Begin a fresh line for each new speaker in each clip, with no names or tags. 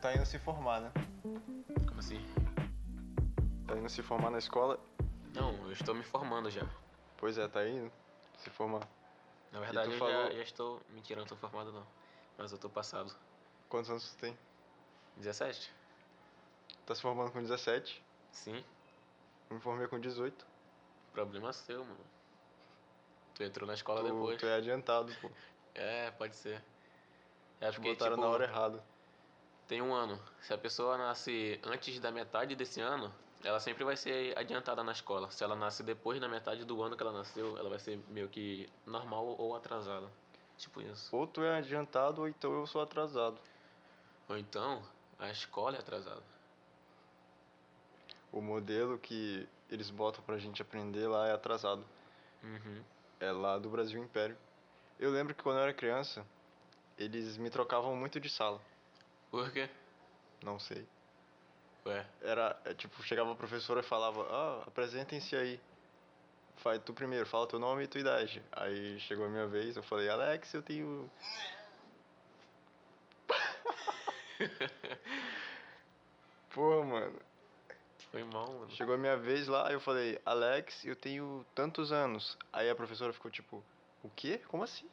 tá indo se formar, né?
Como assim?
Tá indo se formar na escola.
Não, eu estou me formando já.
Pois é, tá indo se formar.
Na verdade,
tu
eu
falou-
já, já estou. Mentira, eu não estou formado não. Mas eu estou passado.
Quantos anos tu tem?
17?
Tá se formando com 17.
Sim.
Me formei com 18.
Problema seu, mano. Tu entrou na escola
Tu,
depois.
tu é adiantado, pô.
É, pode ser. É
Te
porque,
botaram
tipo,
na hora errada.
tem um ano. Se a pessoa nasce antes da metade desse ano, ela sempre vai ser adiantada na escola. Se ela nasce depois da metade do ano que ela nasceu, ela vai ser meio que normal ou atrasada. Tipo isso.
Ou tu é adiantado, ou então eu sou atrasado.
Ou então, a escola é atrasada.
O modelo que eles botam pra gente aprender lá é atrasado.
Uhum.
É lá do Brasil Império. Eu lembro que quando eu era criança, eles me trocavam muito de sala.
Por quê?
Não sei.
Ué,
Era, é, tipo, chegava a professora e falava, ah, apresentem-se aí. Faz tu primeiro, fala teu nome e tua idade. Aí chegou a minha vez, eu falei, Alex, eu tenho. Porra, mano.
foi mal, mano.
Chegou a minha vez lá, eu falei, Alex, eu tenho tantos anos. Aí a professora ficou tipo, o quê? Como assim?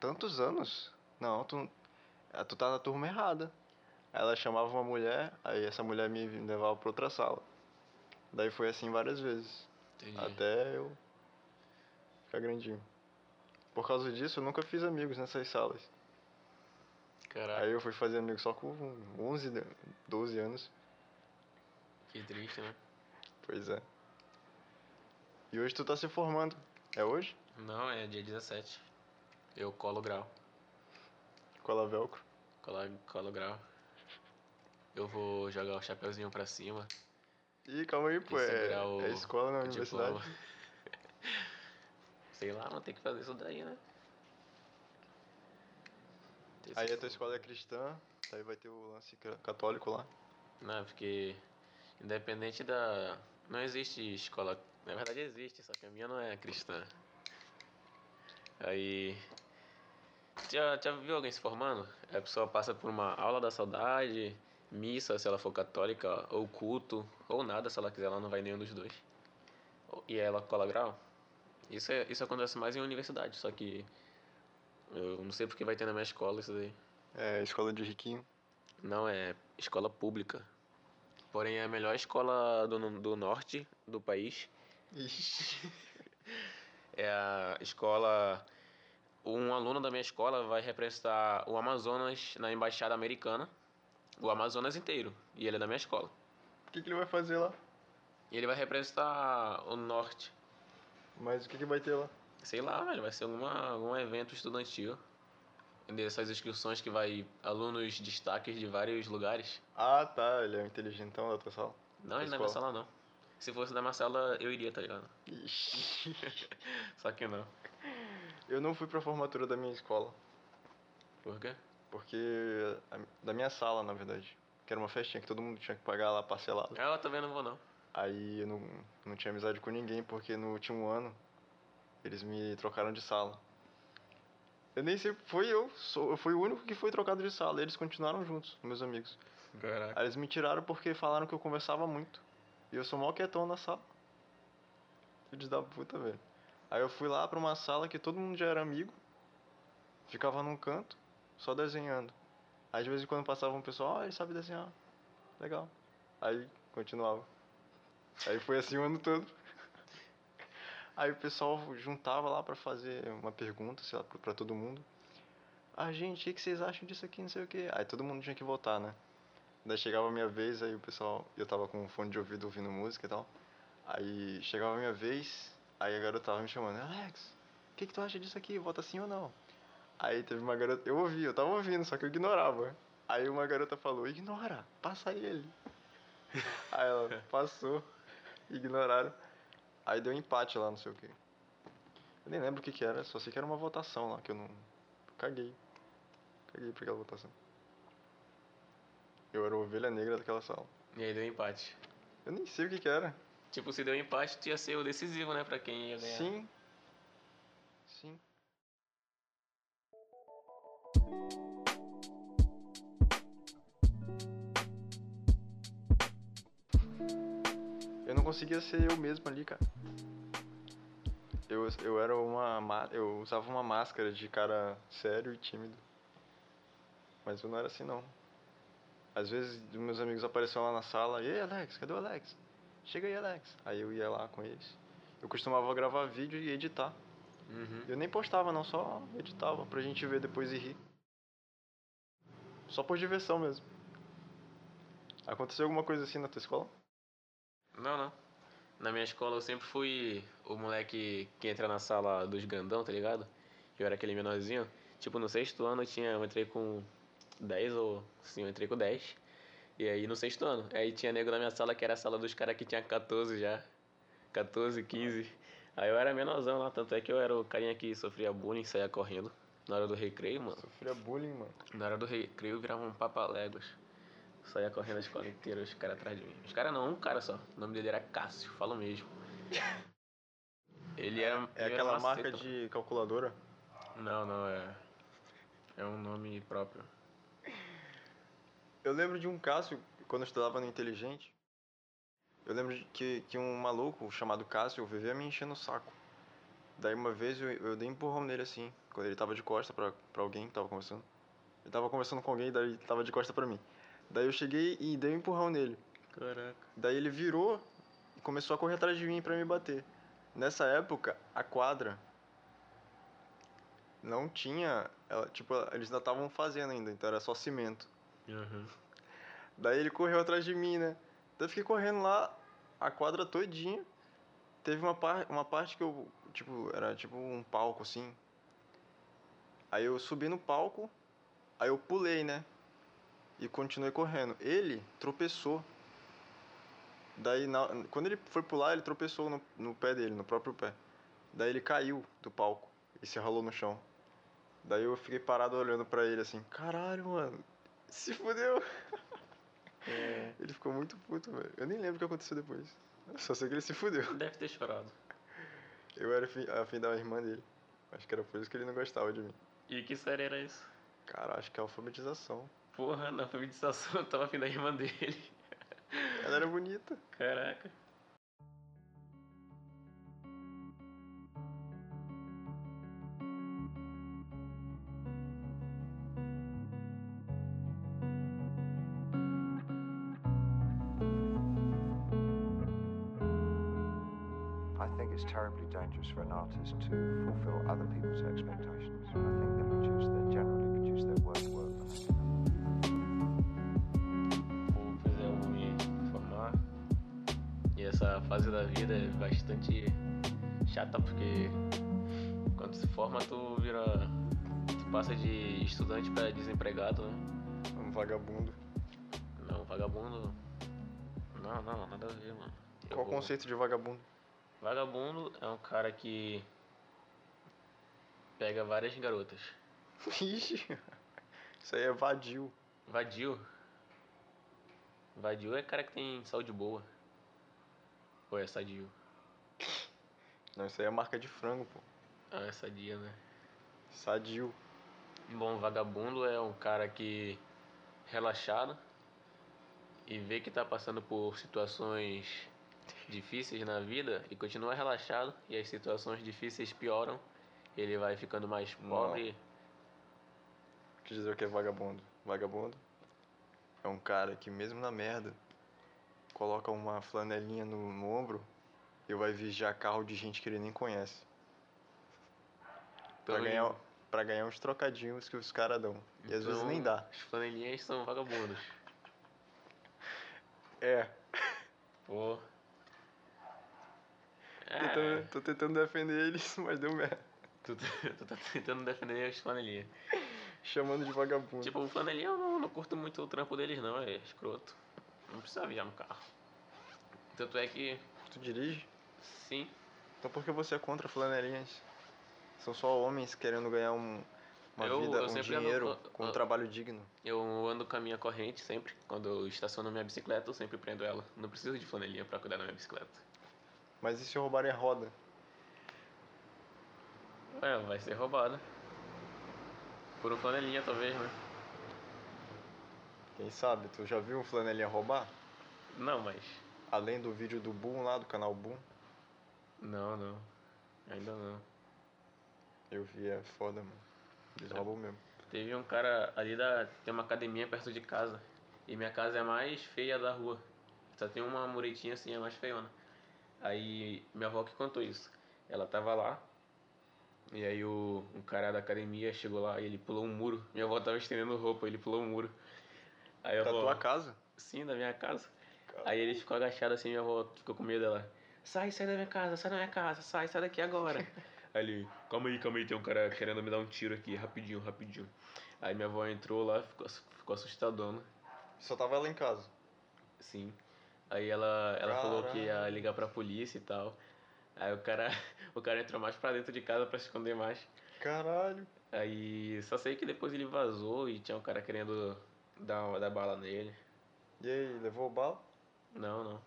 Tantos anos? Não, tu, ah, tu tá na turma errada. Aí ela chamava uma mulher, aí essa mulher me levava pra outra sala. Daí foi assim várias vezes,
Entendi.
até eu ficar grandinho. Por causa disso, eu nunca fiz amigos nessas salas.
Caraca,
Aí eu fui fazer amigos só com 11, 12 anos.
que triste, né?
Pois é. E hoje tu tá se formando. É hoje?
Não, é dia 17. Eu colo grau.
Cola velcro.
Cola, colo grau. Eu vou jogar o chapeuzinho pra cima.
Ih, calma aí, pô.
E
É,
segurar o-
é escola na
o diploma.
universidade.
Sei lá, mas tem que fazer isso daí, né? Tem
Aí a
esse-
tua escola é cristã. Aí vai ter o lance ca- católico lá.
Não, porque independente da. Não existe escola. Na verdade existe, só que a minha não é cristã. Aí. Já, já viu alguém se formando? A pessoa passa por uma aula da saudade, missa se ela for católica, ou culto, ou nada se ela quiser, ela não vai nenhum dos dois. Ou- E ela cola grau. Isso, é, isso acontece mais em universidade, só que. Eu não sei porque vai ter na minha escola isso daí.
É, escola de riquinho.
Não, é escola pública. Porém, é a melhor escola do, no- do norte do país.
Ixi.
É a escola. Um aluno da minha escola vai representar o Amazonas na embaixada americana. O Amazonas inteiro. E ele é da minha escola.
O que, que ele vai fazer lá?
E ele vai representar o norte.
Mas o que, que vai ter lá?
Sei lá, velho, vai ser alguma, algum evento estudantil. Dessas inscrições que vai alunos destaques de vários lugares.
Ah, tá. Ele é um inteligentão da tua sala.
Não,
Da
ele
escola.
não é minha sala, não. Se fosse da minha sala, eu iria, tá ligado?
Ixi.
Só que não.
Eu não fui pra formatura da minha escola.
Por quê?
Porque. a- Da minha sala, na verdade. Que era uma festinha que todo mundo tinha que pagar lá parcelado.
Ah, Eu também não vou, não.
Aí eu não, não tinha amizade com ninguém, porque no último ano eles me trocaram de sala. Eu nem sei, foi eu, sou, eu fui o único que foi trocado de sala, eles continuaram juntos, meus amigos.
Caraca.
Aí eles me tiraram porque falaram que eu conversava muito. E eu sou mó quietão na sala. Filhos da puta, velho. Aí eu fui lá pra uma sala que todo mundo já era amigo, ficava num canto, só desenhando. Aí de vez em quando passava um pessoal, ah, ele sabe desenhar. Legal. Aí continuava. Aí foi assim o ano todo. Aí o pessoal juntava lá pra fazer uma pergunta, sei lá, pra pra todo mundo. Ah, gente, o que que vocês acham disso aqui, não sei o quê. Aí todo mundo tinha que votar, né? Daí chegava a minha vez, aí o pessoal. Eu tava com fone de ouvido ouvindo música e tal. Aí chegava a minha vez, aí a garota tava me chamando: Alex, o que, que tu acha disso aqui? Vota sim ou não? Aí teve uma garota. Eu ouvi, eu tava ouvindo, só que eu ignorava. Aí uma garota falou: Ignora, passa ele. aí ela passou, ignoraram. Aí deu um empate lá, não sei o que. Eu nem lembro o que, que era, só sei que era uma votação lá, que eu não. Caguei. Caguei pra aquela votação. Eu era a ovelha negra daquela sala.
E aí deu empate.
Eu nem sei o que, que era.
Tipo, se deu empate, tu ia ser o decisivo, né? Pra quem ia ganhar.
Sim. Sim. conseguia ser eu mesmo ali, cara. Eu, eu era uma. ma- Eu usava uma máscara de cara sério e tímido. Mas eu não era assim, não. Às vezes, os meus amigos apareciam lá na sala. Ei, Alex, cadê o Alex? Chega aí, Alex. Aí eu ia lá com eles. Eu costumava gravar vídeo e editar.
Uhum.
Eu nem postava, não, só editava pra gente ver depois e rir. Só por diversão mesmo. Aconteceu alguma coisa assim na tua escola?
Não, não. Na minha escola eu sempre fui o moleque que entra na sala dos grandão, tá ligado? Eu era aquele menorzinho. Tipo, no sexto ano eu tinha, eu entrei com 10 ou. Sim, eu entrei com 10. E aí no sexto ano. Aí tinha nego na minha sala que era a sala dos caras que tinha 14 já. 14, 15. Aí eu era menorzão lá, tanto é que eu era o carinha que sofria bullying, saía correndo. Na hora do recreio, mano.
Sofria bullying, mano.
Na hora do recreio eu virava um papaléguas. Saía correndo a escola inteira, os caras atrás de mim. Os caras não, um cara só. O nome dele era Cássio, falo mesmo. Ele era.
É
ele era
aquela
uma
marca
seita.
de calculadora?
Não, não, é. É um nome próprio.
Eu lembro de um caso, quando eu estudava no Inteligente. Eu lembro de que, que um maluco chamado Cássio vivia me enchendo o saco. Daí uma vez eu, eu dei um empurrão nele assim, quando ele tava de costa pra, pra alguém que tava conversando. Ele tava conversando com alguém, daí ele tava de costa pra mim. Daí eu cheguei e dei um empurrão nele.
Caraca.
Daí ele virou e começou a correr atrás de mim pra me bater. Nessa época, a quadra não tinha. Ela, tipo, eles ainda estavam fazendo ainda, então era só cimento.
Uhum.
Daí ele correu atrás de mim, né? Daí eu fiquei correndo lá a quadra todinha. Teve uma, par uma parte que eu, tipo, era tipo um palco assim. Aí eu subi no palco, aí eu pulei, né? E continuei correndo. Ele tropeçou. Daí, na, quando ele foi pular, ele tropeçou no, no pé dele, no próprio pé. Daí ele caiu do palco e se ralou no chão. Daí eu fiquei parado olhando pra ele assim: caralho, mano, se fudeu.
É.
Ele ficou muito puto, velho. Eu nem lembro o que aconteceu depois. Eu só sei que ele se fudeu.
Deve ter chorado.
Eu era afim, afim da irmã dele. Acho que era por isso que ele não gostava de mim.
E que série era isso?
Cara, acho que é alfabetização.
Porra, na alfabetização eu tava afim da irmã dele.
Ela era bonita.
Caraca.
I think it's terribly dangerous for an artist to fulfill other people's expectations. I think they produce, they generally produce their worst work.
Pô, Pois é, eu vou me formar. E essa fase da vida é bastante chata porque quando se forma tu vira. tu passa de estudante pra desempregado, né?
Um vagabundo.
Não, vagabundo. Não, não, nada a ver, mano. Eu
Qual o
vou-
conceito de vagabundo?
Vagabundo é um cara que pega várias garotas.
Ixi. Isso aí é vadio.
Vadio. Vadio é cara que tem saúde boa. Ou é sadio?
Não, isso aí é marca de frango, pô.
Ah, é sadia, né?
Sadio.
Bom, vagabundo é um cara que relaxado e vê que tá passando por situações difíceis na vida e continua relaxado e as situações difíceis pioram, ele vai ficando mais
Não.
pobre.
Quer dizer o que é vagabundo? Vagabundo é um cara que, mesmo na merda, coloca uma flanelinha no, no ombro e vai vigiar carro de gente que ele nem conhece. Pra
Pelo-
ganhar, pra ganhar uns trocadinhos que os caras dão. E às vezes
Então,
nem dá.
As flanelinhas são vagabundos.
É.
Pô. É,
Tentando, Então, tô tentando defender eles, mas deu merda.
tu, tu tá tentando defender as flanelinhas.
Chamando de vagabundo.
Tipo, o flanelinha eu não, não curto muito o trampo deles não, é escroto. Não precisa viajar no carro. Tanto é que,
tu dirige?
sim,
Então por que você é contra flanelinhas? São só homens querendo ganhar um, uma
Eu-
vida,
eu
um
sempre
dinheiro
ando-
com um
eu-
trabalho digno.
eu ando com a minha corrente sempre. Quando eu estaciono minha bicicleta, eu sempre prendo ela. Não preciso de flanelinha pra cuidar da minha bicicleta.
Mas e se roubarem a roda?
É, vai ser roubada. Por um flanelinha, talvez, né?
Quem sabe? Tu já viu um flanelinha roubar?
Não, mas
Além do vídeo do Boom lá, do canal Boom.
Não, não. Ainda não.
Eu vi, é foda, mano. Eles
É.
roubam mesmo.
Teve um cara ali da. Tem uma academia perto de casa. E minha casa é a mais feia da rua. Só tem uma muretinha assim, é mais feiona. Aí minha avó que contou isso. Ela tava lá. E aí o um cara da academia chegou lá e ele pulou um muro. Minha avó tava estendendo roupa, ele pulou um muro. Aí a
Da
avó,
tua casa?
Sim, da minha casa. Aí ele ficou agachado assim, minha avó ficou com medo dela. Sai, sai da minha casa, sai da minha casa, sai, sai daqui agora. aí ele, calma aí, calma aí, tem um cara querendo me dar um tiro aqui, rapidinho, rapidinho. Aí minha avó entrou lá, ficou, ass- ficou assustadona,
Só tava lá em casa.
sim. Aí ela, ela falou que ia
Caralho.
ligar pra polícia e tal. Aí o cara, o cara entrou mais pra dentro de casa pra se esconder mais.
Caralho.
Aí só sei que depois ele vazou e tinha um cara querendo dar, uma- dar bala nele.
E aí, levou o bala?
Não, não.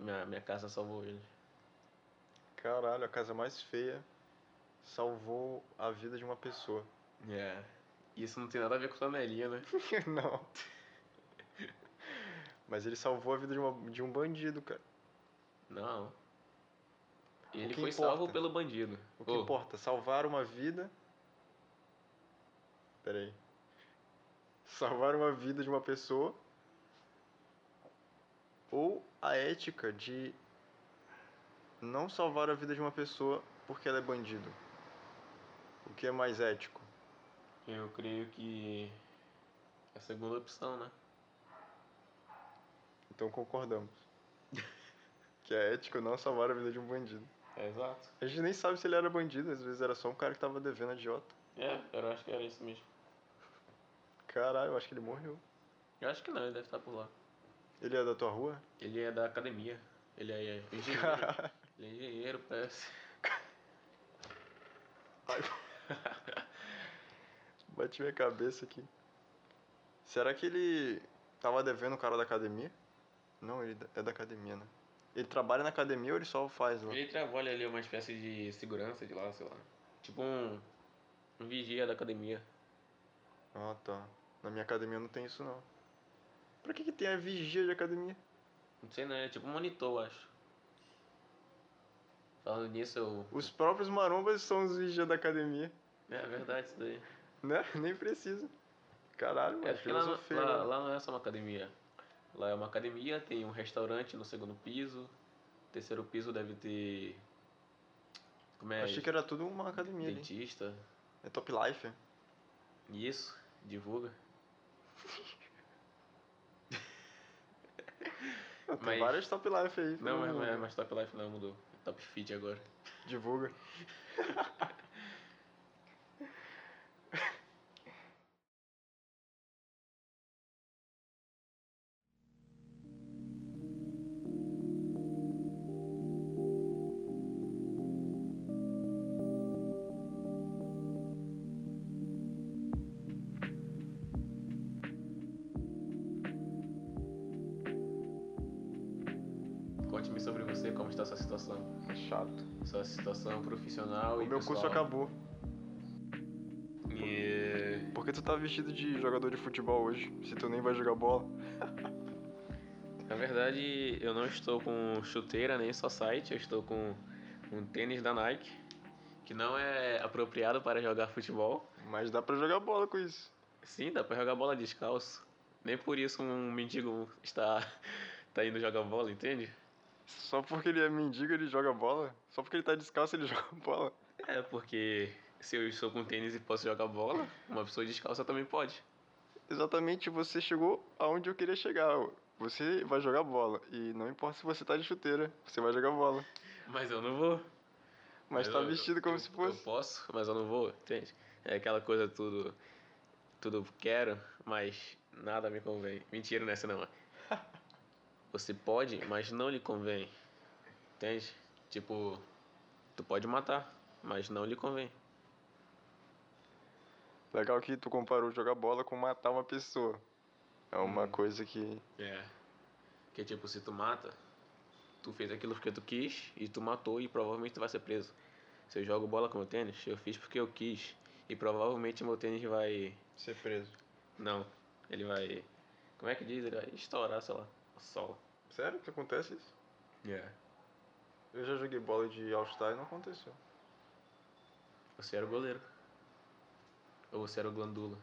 Minha, minha casa salvou ele.
Caralho, a casa mais feia salvou a vida de uma pessoa.
É. Isso não tem nada a ver com flanelinha, né?
Não. Mas ele salvou a vida de, uma- de um bandido, cara.
Não. Ele
que
foi
importa?
salvo pelo bandido.
O que
Oh,
importa? Salvar uma vida. Pera aí. Salvar uma vida de uma pessoa. Ou a ética de não salvar a vida de uma pessoa porque ela é bandido. O que é mais ético?
Eu creio que. É a segunda opção, né?
Então concordamos. que é ético não salvar a vida de um bandido.
É exato.
A gente nem sabe se ele era bandido, às vezes era só um cara que tava devendo idiota.
É, eu acho que era isso mesmo.
Caralho, eu acho que ele morreu.
Eu acho que não, ele deve estar por lá.
Ele é da tua rua?
Ele é da academia. Ele é engenheiro.
Caralho.
ele é engenheiro, parece.
Bati minha cabeça aqui. Será que ele tava devendo o cara da academia? Não, ele é da academia, né? Ele trabalha na academia ou ele só faz lá?
Ele trabalha ali uma espécie de segurança de lá, sei lá. Tipo um. Um vigia da academia.
Ah, tá. Na minha academia não tem isso, não. Pra que que tem a vigia de academia?
Não sei não, é tipo um monitor, eu acho. Falando nisso, eu.
Os próprios marombas são os vigias da academia,
É verdade isso daí.
né? Nem precisa. Caralho, mano,
É porque lá, não-
filosofia.
lá-
né?
lá não é só uma academia. Lá é uma academia, tem um restaurante no segundo piso. Terceiro piso deve ter. Como é?
Achei que era tudo uma academia ali.
Dentista.
É top life. é?
Isso, divulga.
Não, Tem
Mas-
várias top life aí. todo
Não, mas,
mundo
mas, mas Top Life não mudou. É Top Fit agora.
Divulga.
Conte-me sobre você, como está sua situação.
Chato.
Sua situação profissional e
O meu
É pessoal.
curso acabou.
E...
Por que tu tá vestido de jogador de futebol hoje, se tu nem vai jogar bola?
Na verdade, eu não estou com chuteira nem só site, eu estou com um tênis da Nike, que não é apropriado para jogar futebol.
Mas dá pra jogar bola com isso.
Sim, dá pra jogar bola descalço. Nem por isso um mendigo está, está indo jogar bola, entende?
Só porque ele é mendigo ele joga bola? Só porque ele tá descalço ele joga bola?
É, porque se eu estou com tênis e posso jogar bola, uma pessoa descalça também pode.
Exatamente, você chegou aonde eu queria chegar. ó. Você vai jogar bola. E não importa se você tá de chuteira, você vai jogar bola.
Mas eu não vou.
Mas tá
eu-
vestido como
eu-
se fosse.
Eu posso, mas eu não vou, entende? É aquela coisa tudo. Tudo quero, mas nada me convém. Mentira nessa não. é. Você pode, mas não lhe convém. Entende? Tipo, tu pode matar, mas não lhe convém.
Legal que tu comparou jogar bola com matar uma pessoa. É uma coisa que.
É. Que tipo, se tu mata, tu fez aquilo porque tu quis e tu matou e provavelmente tu vai ser preso. Se eu jogo bola com meu tênis, eu fiz porque eu quis. E provavelmente meu tênis vai
Ser preso.
Não, ele vai. Como é que diz? Ele vai estourar, sei lá, o sol.
Sério que acontece isso?
É.
Eu já joguei bola de All-Star e não aconteceu.
Você era o goleiro. Ou você era o glandula.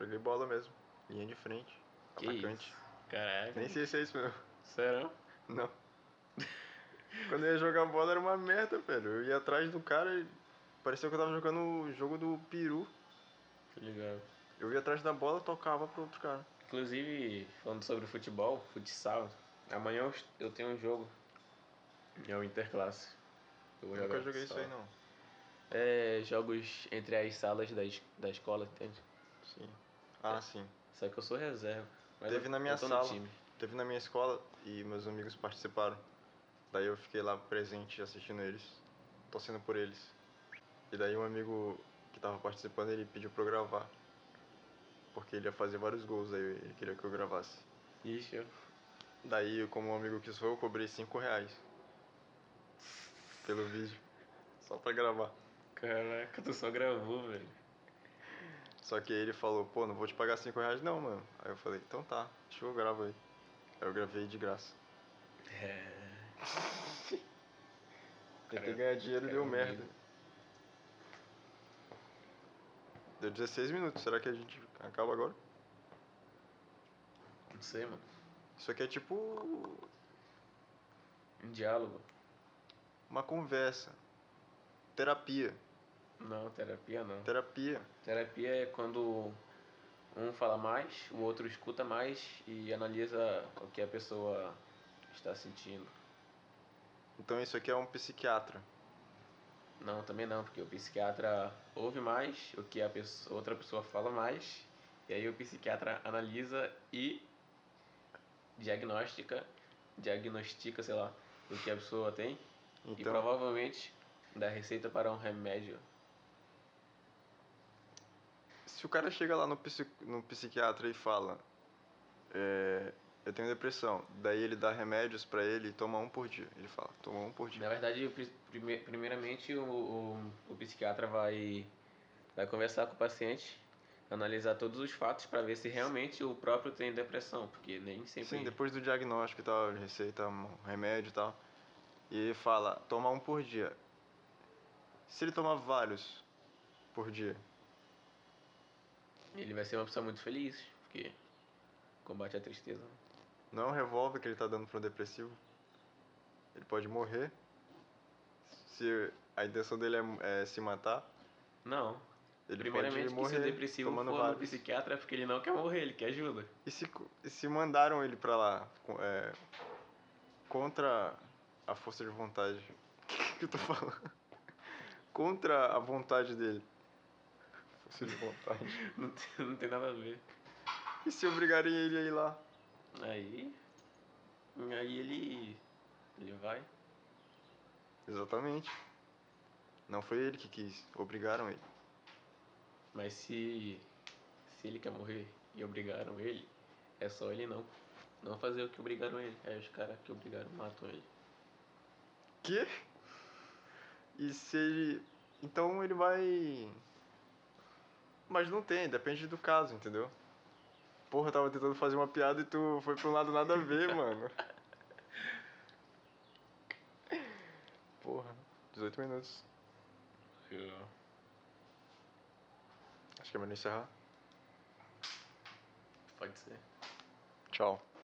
Joguei bola mesmo. Linha de frente.
Que
atacante.
Caraca.
Nem sei se é isso mesmo.
Sério?
Não. Quando eu ia jogar bola era uma merda, velho. Eu ia atrás do cara e parecia que eu tava jogando o jogo do peru.
Tô ligado.
Eu ia atrás da bola, tocava pro outro cara.
Inclusive, falando sobre futebol, futsal, amanhã eu est- eu tenho um jogo. É o Interclasse. Eu vou
Nunca
jogar
joguei isso
futsal.
aí não.
É, jogos entre as salas da, es- da escola, entende?
Sim. Ah, sim.
Só que eu sou reserva. Mas
Teve
eu-
na minha
eu tô no
sala.
time.
Teve na minha escola e meus amigos participaram. Daí eu fiquei lá presente assistindo eles, torcendo por eles. E daí um amigo que tava participando, ele pediu pra eu gravar. Porque ele ia fazer vários gols, aí ele queria que eu gravasse.
Ixi, eu-
Daí, como um amigo que sou, eu cobrei 5 reais pelo vídeo. Só pra gravar.
caraca, tu só gravou, velho.
Só que ele falou, pô, não vou te pagar 5 reais não, mano. Aí eu falei, então tá, deixa eu gravo aí. Aí eu gravei de graça.
É.
Tentei
Cara,
ganhar dinheiro e
cara,
deu
eu
merda.
meio-
Deu 16 minutos, será que a gente acaba agora?
Não sei, mano.
Isso aqui é tipo
Um diálogo.
uma conversa. Terapia.
Não, terapia não.
Terapia.
Terapia é quando um fala mais, o outro escuta mais e analisa o que a pessoa está sentindo.
Então isso aqui é um psiquiatra.
Não, também não, porque o psiquiatra ouve mais o que a pesso- outra pessoa fala mais, e aí o psiquiatra analisa e diagnóstica, diagnostica, sei lá, o que a pessoa tem, e
Então,
provavelmente dá receita para um remédio.
se o cara chega lá no, psi- no psiquiatra e fala, é, eu tenho depressão, daí ele dá remédios pra ele e toma um por dia. Ele fala, toma um por dia.
Na verdade, o pri- prime- primeiramente o, o, o psiquiatra vai, vai conversar com o paciente, analisar todos os fatos para ver se realmente o próprio tem depressão, porque nem sempre.
Sim, depois do diagnóstico e tal, ele receita um remédio e tal. E fala, toma um por dia. Se ele tomar vários por dia,
Ele vai ser uma pessoa muito feliz, porque combate a tristeza.
não é um revólver que ele tá dando pro depressivo. Ele pode morrer. Se a intenção dele é, é se matar,
Não.
ele
primeiramente,
pode
que se o
morrer
depressivo for
tomando
no
vários.
psiquiatra é porque ele não quer morrer, ele quer ajuda.
E se, co- e se mandaram ele pra lá co- é, contra a força de vontade? O que eu tô falando? Contra a vontade dele. Força de vontade.
Não tem, não tem nada a ver.
E se obrigarem ele a ir lá?
Aí. Aí ele. Ele vai.
Exatamente. Não foi ele que quis, obrigaram ele.
Mas se. Se ele quer morrer e obrigaram ele, é só ele não. Não fazer o que obrigaram ele. Aí os caras que obrigaram matam ele.
Que? E se ele. Então ele vai. Mas não tem, depende do caso, entendeu? Porra, eu tava tentando fazer uma piada e tu foi pro lado nada a ver, mano. Porra, 18 minutos. Acho que é melhor encerrar.
Pode ser.
Tchau.